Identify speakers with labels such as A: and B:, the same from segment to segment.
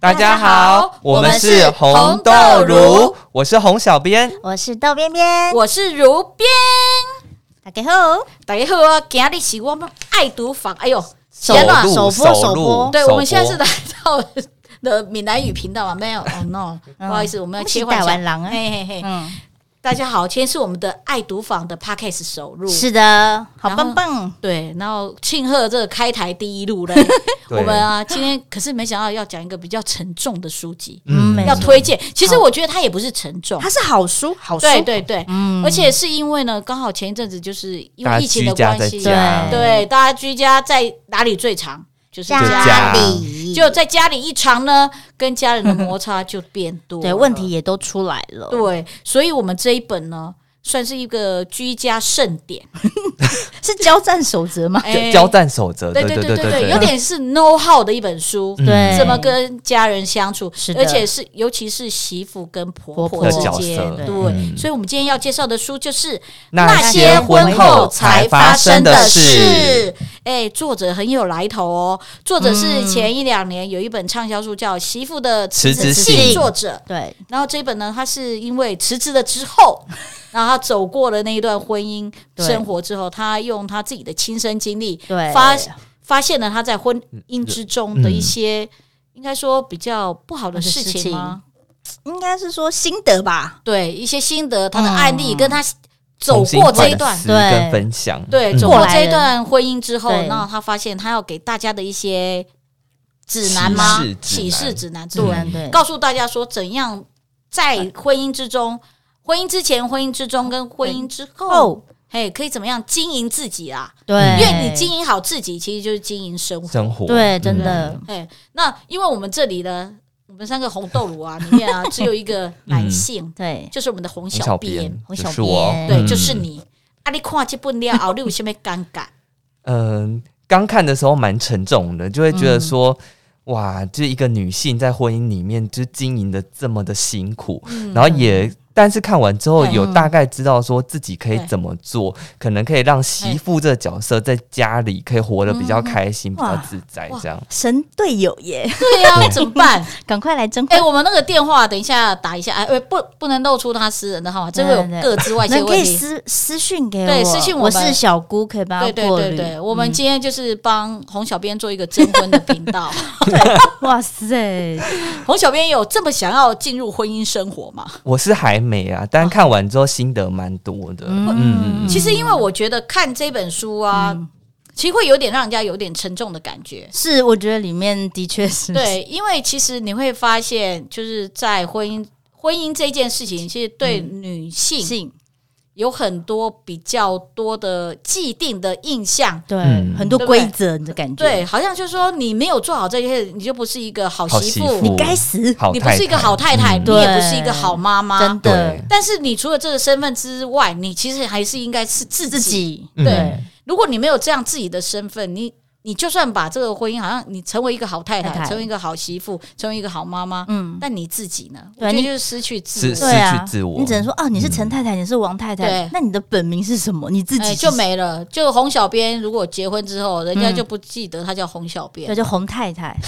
A: 大家
B: 家好
A: 好，我们是红豆
B: 我们是红豆
A: 如
B: 乳，
A: 我是洪小编。
C: 我是豆边边，
B: 我是如编，
C: 大家好，
B: 大家好啊！今天是我们爱读房，哎呦，
C: 首
B: 天哪
A: 录
C: 首播首播
B: 对，
A: 首
B: 我们现在是
A: 播
B: 来到的闽南语频道嘛？没有，Oh no，不好意思，我们要
C: 嗯恭喜
B: 切换一
C: 台
B: 下
C: 湾。狼啊，
B: 嘿嘿嘿，
C: 嗯，
B: 大家好，今天是我们的爱读房的 Podcast 首录，
C: 是的，好
B: 然后
C: 棒棒，
B: 对，然后庆贺这个开台第一路了。
A: 对
B: 我们啊，今天可是没想到要讲一个比较沉重的书籍，
C: 嗯，没
B: 要
C: 错
B: 推荐。其实我觉得它也不是沉重，
C: 它是好书，好书，
B: 对对对，
C: 嗯
B: 而且是因为呢，刚好前一阵子就是因
A: 大家
B: 为疫情
A: 居
B: 的
A: 家
B: 关
A: 在
B: 系，
A: 家，
B: 对，大家居家在哪里最长？就是
A: 就
B: 家
C: 家
A: 家
B: 里。
C: 里
B: 就在家里一长呢，跟家人的摩擦就变多了，
C: 对问题也都出来了，
B: 对，所以我们这一本呢，算是一个居家盛典，
C: 是交战守则吗？
B: 哎
A: 交战守则，
B: 对
A: 对
B: 对对对
A: 对，
B: 对，有点是 know how 的一本书，
A: 嗯
C: 对，
B: 怎么跟家人相处，
C: 是的
B: 而且是尤其是媳妇跟婆
C: 婆
B: 婆
C: 婆
B: 之
C: 的角
B: 间，
A: 色
B: 对。
A: 嗯
B: 所以，我们今天要介绍的书就是《
A: 那些婚后才发生的事。》。嗯
B: 哎，作者很有来头哦。作者是前一两年有一本畅销书叫《媳妇的辞职
A: 辞职
B: 信》，
C: 信
B: 作者
C: 对，
B: 然后这一本呢，他是因为辞职了之后，然后他走过了那一段婚姻
C: 对
B: 生活之后，他用他自己的亲身经历，
C: 对
B: 发发现了他在婚姻之中的一些，应该说比较不好的事
C: 事
B: 情
C: 情
B: 吗？
C: 应该是说心得吧，
B: 对，一些心得，他的案例，
C: 嗯
B: 跟他走过这一段
A: 重新反。思
C: 对
A: 跟分享，
B: 对，
A: 嗯
B: 走
C: 过
B: 过
C: 来
B: 这一
C: 人
B: 段婚姻之后，
C: 对
B: 然后他发现他要给大家的一些指南吗
A: 启示？指
B: 启
A: 南
B: 示指南，对
C: 对，对，
B: 告诉大家说怎样在婚姻之中、婚姻之前、婚姻之中跟婚姻之后，
C: 后
B: 嘿，可以怎么样经营自己啦？
C: 对，
B: 因为你经营好自己，其实就是经营生活。
A: 生活，
C: 对，真
A: 嗯
C: 的，
B: 嘿，那因为我们这里呢，我们三个红豆乳啊，里面啊只有一个男性，
D: 嗯
C: 对，
B: 就是我们的红
A: 洪小
B: 小编，
A: 编，
C: 洪
A: 就
C: 小
A: 是我
C: 编
B: 对，
A: 嗯
B: 就是你。啊，你看这本料，后你有什么尴尬？
A: 嗯，刚看的时候蛮沉重的，就会
B: 嗯
A: 觉得说，哇，这一个女性在婚姻里面就经营的这么的辛苦，然后也。但是看完之后，
B: 嗯
A: 有大概知道说自己可以
B: 对
A: 怎么做，可能可以让媳妇这个角色在家里可以活得比较开心、比较
C: 哇
A: 自在，
B: 嗯哇
A: 这样。
C: 神队友耶，
B: 对呀、怎么办？
C: 赶快来征
B: 哎、
C: 婚，
B: 我们那个电话等一下打一下，哎，不，不能露出他私人的号码，这会有
C: 对对对
B: 各自外
C: 那
B: 泄
C: 你可
B: 问
C: 以
B: 题。
C: 私私讯给我，
B: 对私讯我
C: 我
B: 们
C: 是小姑，可以帮
B: 对
C: 她
B: 对
C: 过
B: 对
C: 滤。
B: 对，我们今天就是帮洪小编做一个征婚的频道。
C: 哇塞，
B: 洪小编有这么想要进入婚姻生活吗？
A: 我是还没啊，但看完之后心得蛮多的。嗯，嗯
B: 其实，因为我觉得看这本书啊，其实会有点让人家有点沉重的感觉。
C: 是我觉得里面的确是
A: 嗯
B: 对，因为其实你会发现，就是在婚姻婚姻这件事情，其实对
A: 嗯
B: 女性
C: 性，
B: 有很多比较多的既定的印象。
C: 对
A: 嗯
C: 很多规则的感觉，
B: 对，，好像就是说你没有做好这些，你就不是一个好
A: 好
B: 媳
A: 媳
B: 妇，
A: 妇
C: 你该死，
A: 好
B: 你不
A: 太
B: 是一个好太太，
A: 嗯
B: 你也不是一个好妈妈。
C: 真的
A: 对
B: 但是你除了这个身份之外，你其实还是应该是自
C: 自
B: 自己。
C: 己
A: 嗯
B: 对，如果你没有这样自己的身份，你你就算把这个婚姻，好像你成为一个好太太，
C: 太太
B: 成为一个好媳妇，成为一个好妈妈，
C: 嗯。
B: 但你自己呢？
C: 对
B: 我觉得
C: 你
B: 就是失去自
A: 是
B: 我，
A: 失
C: 对啊
A: 去自我嗯
C: 你只能说哦，你是陈太太，你是王太太
B: 对，
C: 那你的本名是什么？你自己
B: 哎
C: 是
B: 就没了。就洪小编如果结婚之后，人家就不记得他叫洪小
C: 嗯对，
B: 编，
C: 就洪太太，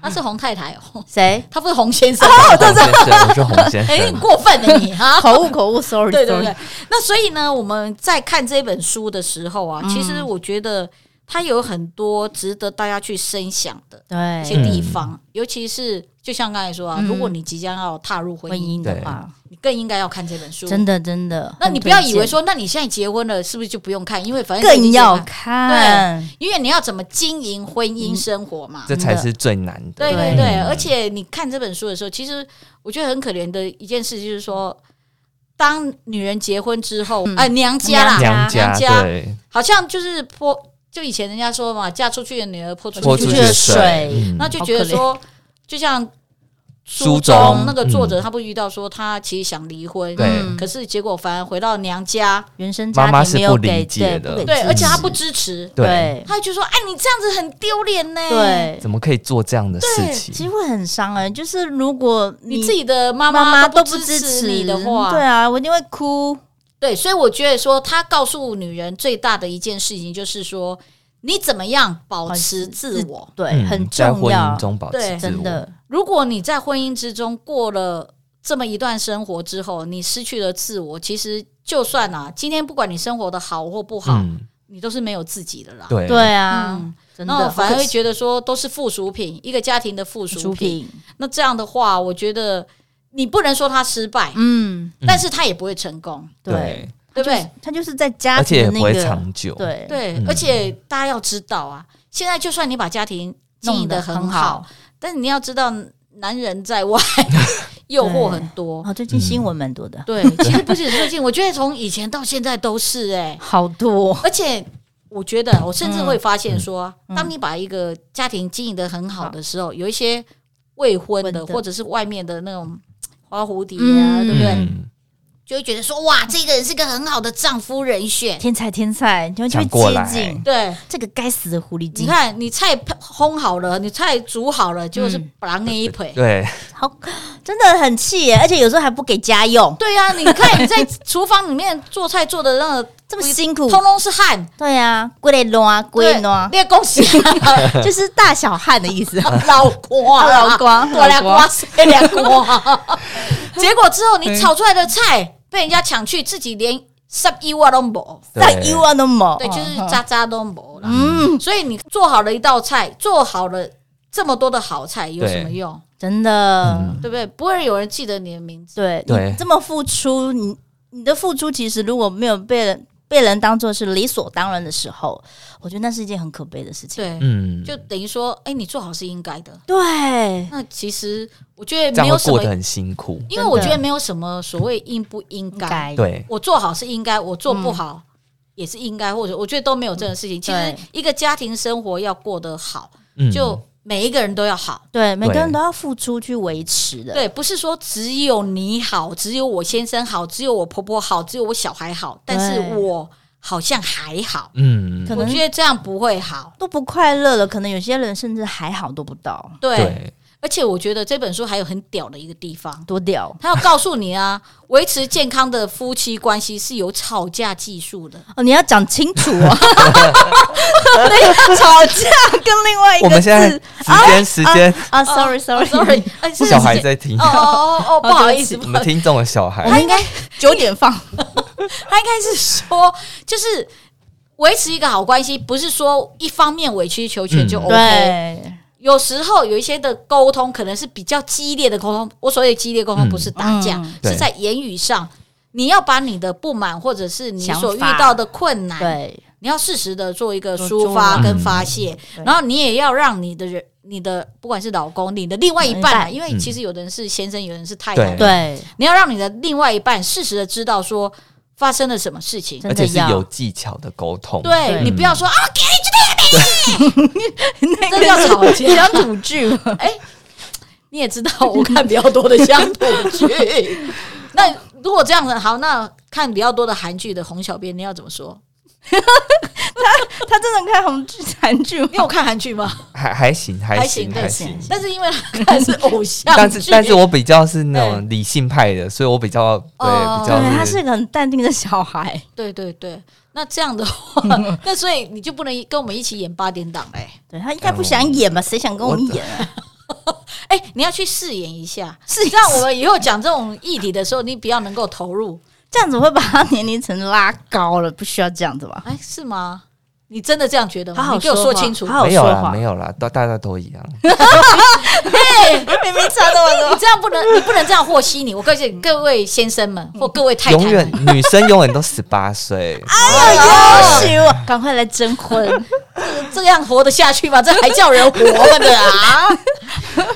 B: 他是洪太太哦，
C: 谁？
B: 他不是洪先生。
A: 哦洪先生，我是洪先
B: 哦 哎，你
A: 生，啊
B: 过分了 你哈！
C: 口误口误，sorry，
B: 对对
C: sorry
B: 对，那所以呢，我们在看这本书的时候
C: 嗯
B: 啊，其实我觉得它有很多值得大家去深想的一些
C: 对，
B: 地方，尤其是就像刚才说啊，
C: 嗯
B: 如果你即将要踏入婚
C: 婚
B: 姻，
C: 姻的话，
B: 你更应该要看这本书。
C: 真的真的，
B: 那你不要以
C: 很推
B: 为
C: 荐
B: 说，那你现在结婚了，是不是就不用看？因为反正
C: 更要
B: 看，
C: 看，
B: 因为你要怎么经营婚姻生活嘛。
A: 这才是最难的。嗯
B: 对对
C: 嗯对
B: 对，而且你看这本书的时候，其实我觉得很可怜的一件事就是说，当女人结婚之后，
C: 嗯
B: 哎、娘家啦，
A: 娘家
B: 娘家
A: 对，
B: 好像就是婆就以前人家说嘛，嫁出去的女儿泼
A: 泼
B: 出
A: 出
B: 去
A: 去
B: 的
A: 的
B: 水，
D: 水
A: 嗯
B: 那就觉得说，就像
A: 书
B: 中
A: 中嗯
B: 那个作者，他不遇到说他其实想离婚，
A: 对
B: 嗯可是结果反而回到娘家，
D: 原生
A: 妈妈
D: 家庭
A: 是
D: 没有
A: 不理
D: 给
A: 解
D: 不
A: 的
D: 给
B: 对，
D: 支
B: 而且他
D: 持
B: 不支持，
A: 对，
D: 对
B: 他就说：“哎，你这样子很丢脸呢。”，
D: 对，
A: 怎么可以做这样的
B: 对
A: 事
D: 其
A: 情？嗯
D: 实会很伤人。就是如果
B: 你自己的妈
D: 妈妈
B: 都
D: 都
B: 不
D: 支
B: 持你的话，
D: 对啊，我一定会哭。
B: 对，所以我觉得说，他告诉女人最大的一件事情就是说，你怎么样保持自我。
D: 对，
A: 嗯
D: 很
A: 在
D: 重
A: 婚
D: 要
A: 姻，中保持
B: 对
A: 自
D: 真
A: 我，
D: 的
B: 如果你在婚姻之中过了这么一段生活之后，你失去了自我，其实就算啊，今天不管你生活的好或不好，
A: 嗯，
B: 你都是没有自己的啦。
A: 对
D: 对啊，
B: 嗯，
D: 真
B: 那我
D: 的
B: 反而会
D: 会
B: 觉得说都是附属品，一个家庭的附属
D: 出
B: 品。
D: 品，
B: 那这样的话，我觉得你不能说他失败，
D: 嗯，
B: 但是他也不会成功，
D: 对，，
B: 对不对？
D: 他就是在家
A: 而且也
D: 庭的
A: 不
D: 那
A: 会
D: 个，
A: 长久，
D: 对
B: 对，
A: 嗯
B: 而且大家要知道啊，现在就算你把家庭经
D: 弄
B: 营
D: 得
B: 的
D: 很
B: 很好，，但你要知道，男人在外 诱惑很多。
D: 哦，最近新
A: 嗯
D: 闻蛮多的，
B: 对，其实不是最近，我觉得从以前到现在都是哎、
D: 好多，
B: 而且我觉得，我甚至会发现说，
D: 嗯嗯
B: 当你把一个家庭经营的很好的时候，有一些未婚的
D: 婚的
B: 或者是外面的那种花蝴蝶啊，
D: 嗯
B: 对不对？
A: 嗯，
B: 就会觉得说，哇，这个人是个很好的丈夫人选。
D: 天才天才，你会去
A: 抢过
D: 接
A: 来
D: 近
B: 对，
D: 这个该死的狐狸
B: 你
D: 精，
B: 看，你菜烘好了，你菜煮好了，就是
D: 嗯
B: 把那一 腿。
A: 对，
D: 好，真的很气耶，而且有时候还不给家用，
B: 对啊，你看你在厨房里面做菜做的 那个，
D: 这么辛苦
B: 通，通是汗，
D: 对啊，跪来挪啊，跪挪，
B: 列恭喜啊
D: 就是大小汉的意思，
B: 老啊瓜啦，
D: 啊老瓜
B: 多两
D: 老
B: 瓜，少两瓜。结果之后你炒出来的菜被人家抢去，自己连十一碗都没，
D: 在 you are no more，
B: 对，就是
D: 啊哦
B: 渣渣都没了。
D: 嗯，
B: 所以你做好了一道菜，做好了这么多的好菜，有什么用？
D: 真的。
A: 嗯
B: 对不对？不会有人记得你的名字。
D: 对
A: 对
D: 你这么付出，你你的付出其实如果没有被人被人当做是理所当然的时候，我觉得那是一件很可悲的事情。
B: 对，
A: 嗯，
B: 就等于说，哎，你做好是应该的。
D: 对，
B: 那其实我觉
A: 这
B: 得
A: 样
B: 没有
A: 会
B: 什
A: 过
B: 么
A: 得，很辛苦，
B: 因为我
D: 真
B: 觉
D: 的
B: 得没有什么所谓应不应
D: 应
B: 该。
D: 该
A: 对，
B: 我做好是应该，我做不
A: 嗯
B: 好也是应该，或者我觉得都没有这种事情。其实
D: 对
B: 一个家庭生活要过得好，
A: 嗯
B: 就每一个人都要好。
D: 对，每个人都要付出去维持的。
B: 对，不是说只有你好，只有我先生好，只有我婆婆好，只有我小孩好，但是我好像还好。
A: 嗯，
D: 可
B: 我
D: 能
B: 觉得这样不会好。
D: 都不快乐了，可能有些人甚至还好都不到，
B: 对，
A: 对，
B: 而且我觉得这本书还有很屌的一个地方，
D: 多屌
B: 他要告诉你啊， 维持健康的夫妻关系是有吵架技 术的。
D: 哦！你要讲清楚哦，对吵架跟另外一
A: 我
D: 个
A: 们现在
D: 字
A: 时间时间，
D: 啊，sorry sorry
B: 哦 sorry，哎是
A: 小孩在听
B: 哦，哦 哦哦，不好意思，
A: 我
B: 不好
A: 们
B: 意思，
A: 听众的小
D: 我
A: 孩
D: 们应该九点放，
B: 他应该是说，就是维持一个好关系，不是说一方面委曲求全就
A: 嗯
D: 哦
B: OK、
D: 对，
B: 有时候有一些的沟通可能是比较激烈的沟通，我所谓激烈沟通不是打架，
D: 嗯
A: 对
B: 是在言语上。你要把你的不满，或者是你
D: 想法
B: 所遇到的困难，
D: 对，
B: 你要适时的做一个
D: 做
B: 抒发
A: 做
B: 跟发泄，
D: 对
B: 然后你也要让你的人、你的不管是老公、你的另外一半啊，
D: 另
B: 因为其实有的人是先生，有的人是太
A: 对，
B: 太
D: 对，
B: 你要让你的另外一半适时的知道说发生了什么事情，
A: 而
D: 真的
A: 且是
D: 要
A: 有技巧的沟通，
B: 对
D: 对
B: 你不要说啊， 给你就对了，你那 个叫吵架。
D: 乡土剧吗，
B: 你也知道，我看比较多的乡土剧。那如果这样子好，那看比较多的韩剧的洪小编，你要怎么说？
D: 他真的看红剧、韩剧吗
B: 你有看韩剧吗？
A: 还还行，还行，
B: 还
A: 还
B: 行
A: 行。
B: 但是因为他看的是偶像
A: 但
B: 剧，
A: 是但是我比较是那种理性派的，所以我比较对
B: 哦
A: 比
D: 对，
A: 较
D: 他是个很淡定的小孩。
B: 对对对，那这样的话，那所以你就不能跟我们一起演八点档嘞？
A: 哦
D: 对他应该不想演吧？谁想跟我们演啊？
B: 哎、你要去饰演一下，是让我们以后讲这种议题的时候，你比较能够投入。
D: 这样子会把他年龄层拉高了，不需要这样子吧？
B: 哎，是吗？你真的这样觉得吗？
D: 好好
B: 你给我
D: 说
B: 说
D: 话
B: 清楚。
D: 好好
A: 没有
D: 说
A: 啦，
D: 话
A: 没有啦，大大家都一样，
D: 明明差那么
B: 你，这样不能，你不能这样和稀泥。我告诉你，各位先生们
D: 嗯
B: 或各位太太
A: 永远
B: 们，
A: 女生永远都十八岁，
D: 哎呦，要死我！赶快来征婚，
B: 这样活得下去吗？这还叫人活着 的啊？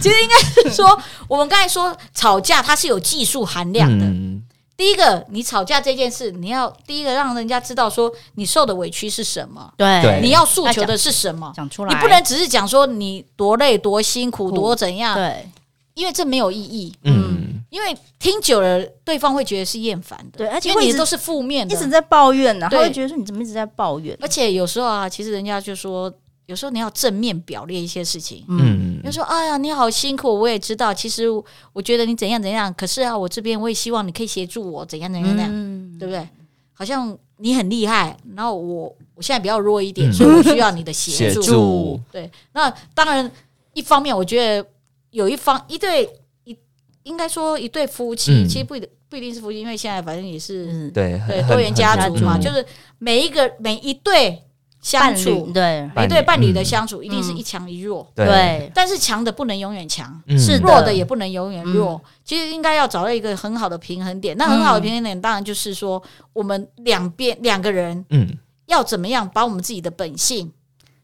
B: 其实应该是说，我们刚才说吵架它是有技术含量的，
A: 嗯，
B: 第一个，你吵架这件事，你要第一个让人家知道说你受的委屈是什么，
A: 对
B: 你要诉求的是什么。
D: 讲出来，
B: 你不能只是讲说你多累、多辛苦、
D: 苦
B: 多怎样，
D: 对
B: 因为这没有意义。
A: 嗯，
B: 因为听久了，对方会觉得是厌烦的，
D: 对而且
B: 因为
D: 会一
B: 你
D: 直
B: 都是负面
D: 一直
B: 的。
D: 在抱怨啊呢，他
B: 对
D: 会觉得说你怎么一直在抱怨？
B: 而且有时候啊，其实人家就说，有时候你要正面表列一些事情，
A: 嗯
B: 就说：“哎呀，你好辛苦，我也知道。其实我觉得你怎样怎样，可是啊，我这边我也希望你可以协助我怎样怎样怎样，
D: 嗯，
B: 对不对？好像你很厉害，然后我我现在比较弱一点，
A: 嗯
B: 所以我需要你的
A: 协
B: 协助。
A: 助，
B: 对，那当然，一方面我觉得有一方一对一，应该说一对夫妻，
A: 嗯
B: 其实不一定不一定是夫妻，因为现在反正也是、
D: 嗯，
A: 对，
B: 对
A: 很
B: 多元家族嘛，
A: 嗯
B: 就是每一个每一对相
D: 伴侣
B: 处，
D: 对
B: 每一对伴侣的
A: 嗯
B: 相处，一定是
D: 嗯
B: 一强一弱。
A: 对，
B: 但是强的不能永远强，
A: 嗯
D: 是
B: 弱
D: 的
B: 的也不能永远弱。其实应该要找到一个很好的平衡点。那很好的平衡点，当然就是说，我们两边两个人
A: 嗯，
B: 要怎么样把我们自己的本性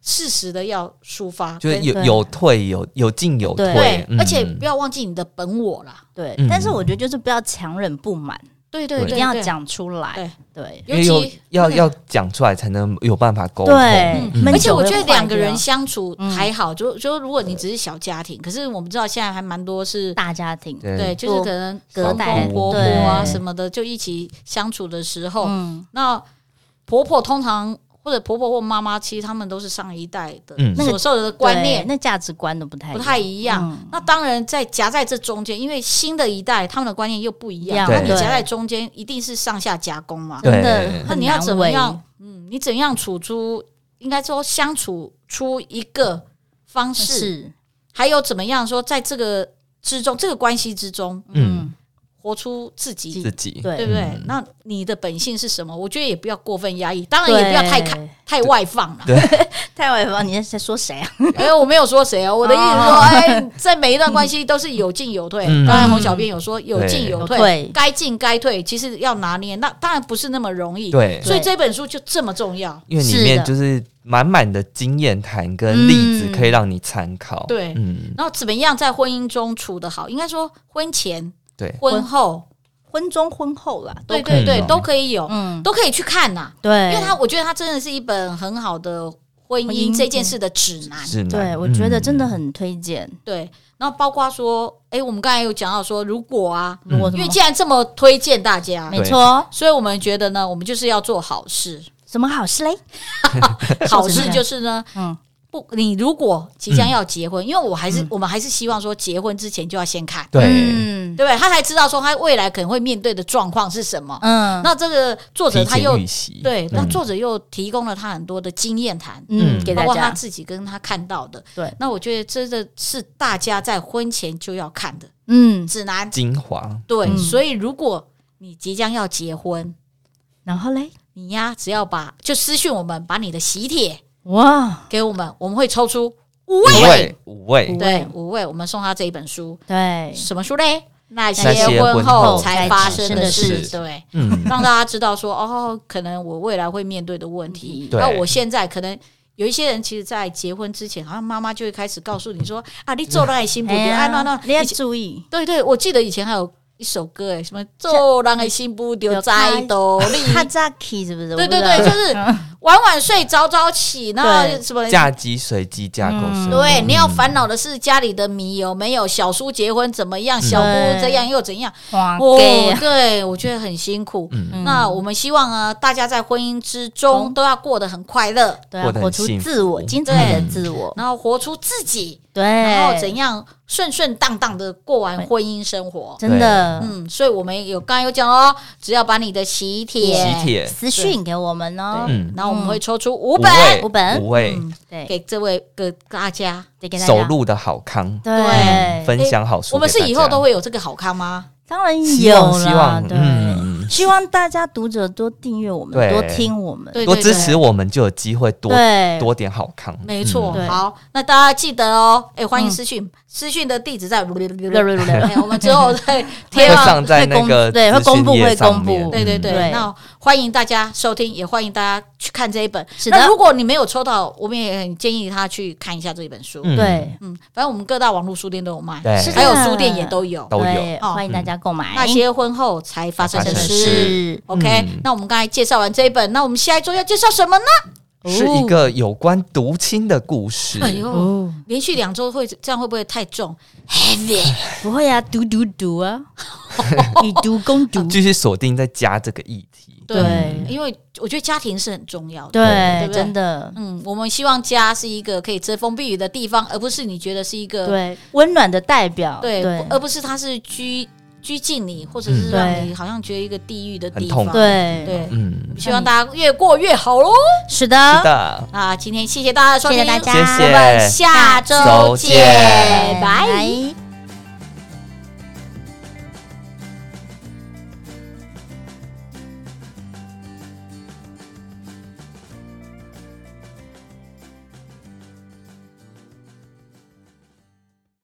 B: 适时的要抒发，
A: 就是
B: 跟
A: 有
D: 对
A: 有退有有进有
D: 对
A: 退，嗯
B: 而且不要忘记你的本我啦。
D: 对
A: 嗯，
D: 但是我觉得就是不要强忍不满，
B: 对对
A: 对
B: 对，
D: 一定
B: 对
D: 要，讲出来，对
A: 因
B: 尤
A: 为有
B: 其
A: 要
B: 那个
A: 要讲出来才能有办法沟通，
D: 对，
A: 嗯
D: 闷
B: 而且
D: 久
B: 我
D: 会
B: 觉得
D: 坏
B: 两个人
D: 掉
B: 相处
D: 嗯
B: 还好，就就如果你只是小家庭，可是我们知道现在还蛮多是
D: 大家庭，
B: 对，
A: 对，
B: 就是可能
D: 隔
B: 公
D: 代
B: 公婆婆啊
A: 对
B: 什么的，就一起相处的时候，
D: 嗯，
B: 那婆婆通常或者婆婆或妈妈，其实他们都是上一代的，
A: 嗯
B: 所受的观
D: 对
B: 念
D: 那价值观都不太
B: 不太
D: 一
B: 一样。
D: 嗯
B: 那当然在夹在这中间，因为新的一代他们的观念又不一
D: 一样
B: 样，那你
A: 对
B: 夹在中间一定是上下夹攻嘛。
A: 对
D: 真的
B: 那
D: 很
B: 你要
D: 难
B: 怎么
D: 为
B: 样？嗯，你怎样处出？应该说相处出一个方式，
D: 是，
B: 还有怎么样说，在这个之中，这个关系之中，
A: 嗯，
B: 活出自己
A: 自己
D: 对
B: 对不对？
A: 嗯
B: 那你的本性是什么？我觉得也不要过分压抑，当然也不要太开
D: 对
B: 太外放了。
D: 太外放，你在说谁啊？
B: 哎、我没有说谁哦，我的意思是说，
D: 哦
B: 哎，在每一段关系都是有进有退。
A: 嗯
B: 当然，洪小编有说有进有
D: 有退
B: 退，该进该退，其实要拿捏。那当然不是那么容易，
A: 对，
B: 所以这本书就这么重要。
A: 因为里
D: 是
A: 面
D: 的
A: 就是满满的经验谈跟例子
D: 嗯
A: 可以让你参考，
B: 对
A: 嗯，
B: 然后怎么样在婚姻中处得好？应该说婚前、
A: 对，
B: 婚后，
D: 婚中婚后啦，
B: 对
A: 可以
B: 对对
A: 有，
B: 都可以有，
D: 嗯，
B: 都可以去看呐、
D: 对，
B: 因为它，我觉得它真的是一本很好的婚
D: 婚
B: 姻
D: 姻
B: 这件事的指南。
A: 是呢，
D: 对我觉得
A: 嗯
D: 真的很推荐。
B: 对，然后包括说，哎，我们刚才有讲到说，如果啊，
A: 嗯
D: 如果什
B: 因
D: 么
B: 为既然这么推荐大家，
D: 没错，
B: 所以我们觉得呢，我们就是要做好 事。
D: 什么好事嘞？
B: 好事就是呢，
D: 嗯，
B: 不，你如果即将
A: 嗯
B: 要结婚，因为我还是、
D: 嗯
B: 我们还是希望说，结婚之前就要先看，
A: 对，
D: 嗯
B: 对不对？他才知道说他未来可能会面对的状况是什么。
D: 嗯，
B: 那这个作者
A: 提
B: 他
A: 前
B: 又
A: 预习，
B: 对，那
A: 嗯
B: 作者又提供了他很多的经验谈。
A: 嗯
D: 嗯，给
B: 包
D: 大
B: 括他
D: 家
B: 自己跟他看到的，
D: 对，
B: 那我觉得真的是大家在婚前就要看的
D: 嗯，
B: 指南。
A: 精华，
B: 对，
A: 嗯
B: 所以如果你即将要结婚，
D: 然后嘞，
B: 你呀只要把就私讯我们，把你的喜帖
D: 哇，
B: 给我们，我们会抽出五
A: 五
B: 位，
A: 位五位
D: 五位
B: 对五位，我们送他这一本书，
D: 对，
B: 什么书嘞？那
A: 那些
B: 些婚
A: 婚后
B: 后才
D: 才
B: 发
D: 知
B: 生
D: 道
B: 的
D: 的
B: 事，
A: 事
B: 对，
A: 嗯，
B: 让大家知道说，哦，可能我未来会面对的问题，
A: 嗯对
B: 那我现在可能。有一些人其实，在结婚之前，好像妈妈就会开始告诉你说：“啊，你做人的心不对，啊，那那
D: 哎你要注意，
B: 对对，我记得以前还有一首歌，哎，什么“做人的心不丢再 斗笠
D: 卡扎基是不是？”，
B: 对对
D: 我
B: 对，就
D: 不知道
B: 是晚晚睡，早早起，那
D: 对
B: 什么
A: 嫁鸡随鸡，架构
D: 嗯
A: 生，
B: 对，你要
A: 嗯
B: 烦恼的是家里的米有没有，小叔结婚怎么样，小姑
D: 嗯对
B: 这样又怎样？
D: 哇
B: 哦
D: 给啊，，
B: 对我觉得很辛苦。
A: 嗯，哦
B: 那我们希望啊，大家在婚姻之中
D: 嗯
B: 都要过得很快乐，
D: 对
A: 过
D: 啊，
A: 得很
D: 活出
A: 幸
D: 自我，
A: 福
D: 精彩的
A: 对
D: 自我，
B: 然后活出自己，
D: 对，
B: 然后怎样顺顺当当的过完婚姻生活。
D: 真的，
B: 嗯，所以我们有刚刚有讲哦，只要把你的喜帖，
A: 喜帖
D: 私讯给我们哦，
A: 嗯
B: 然后我们会抽出五
A: 五
B: 本
A: 位
D: 五本
A: 五位
B: 嗯
D: 对，
B: 给这位给大家。
D: 得给大家
A: 首录的好康，
D: 네.
A: 嗯
D: 对，
A: 分享好书给大家，
B: 我们是以后都会有这个好康吗？
D: 当然
A: 希
D: 有
A: 望
D: 了，
A: 希望
D: 对。
A: 嗯，
D: 希望大家读者多订阅我们，
A: 对
D: 多听我们，
B: 对，
A: 多
B: 对
A: 支持。我们就有机会多
D: 对，
A: 多点好康，
B: 对没错
D: 嗯，
B: 好，那大家记得哦，哎，欢迎
D: 嗯
B: 私讯，私讯的地址在，
D: 对
B: 哎我们之后再
A: 嗯，
B: 贴
A: 会
B: 上。
A: 上在那
D: 会公
A: 个
D: 对会
A: 资讯
D: 公布
A: 页
D: 会
A: 上
D: 公布
A: 面
B: 对对对，
D: 对
B: 那欢迎大家收听，也欢迎大家去看这一本。
D: 是的
B: 那如果你没有抽到，我们也很建议他去看一下这一本书。
A: 嗯
D: 对
B: 嗯，反正我们各大网络书店都有卖，
A: 对
D: 是的
B: 还有书店也都有。
A: 都有。
D: 对，
B: 哦
D: 欢迎大家购买。
B: 那些婚后才发生的
A: 真
D: 真
A: 的
B: 事。
D: 是
B: OK，、
A: 嗯
B: 那我们刚才介绍完这一本，那我们下一周要介绍什么呢？
A: 是一个有关毒亲的故事。
B: 哎呦，
D: 哦，
B: 连续两周会这样会不会太重？Heavy，
D: 不会啊，毒毒毒 啊，以毒攻毒，
A: 继续锁定在家这个议题。
D: 对
A: 嗯
B: 因为我觉得家庭是很重要的。对
D: 对
B: 不，对
D: 真的。
B: 嗯，我们希望家是一个可以遮风避雨的地方，而不是你觉得是一个
D: 对，温暖的代表，
B: 对
D: 对
B: 而不呃是它是拘拘禁你，或者是
A: 嗯
B: 让
D: 对
B: 你好像觉得一个地狱的地
A: 很痛
B: 方。
A: 苦
D: 对
B: 对，
A: 嗯，
B: 希望大家越过越好喽。
D: 是
A: 是
D: 的，
A: 的，
B: 啊，今天谢谢大家的收
C: 谢
B: 听，
C: 谢大家，
A: 谢谢
B: 我们下周
C: 周
B: 见
A: 见，
B: 拜。
C: 拜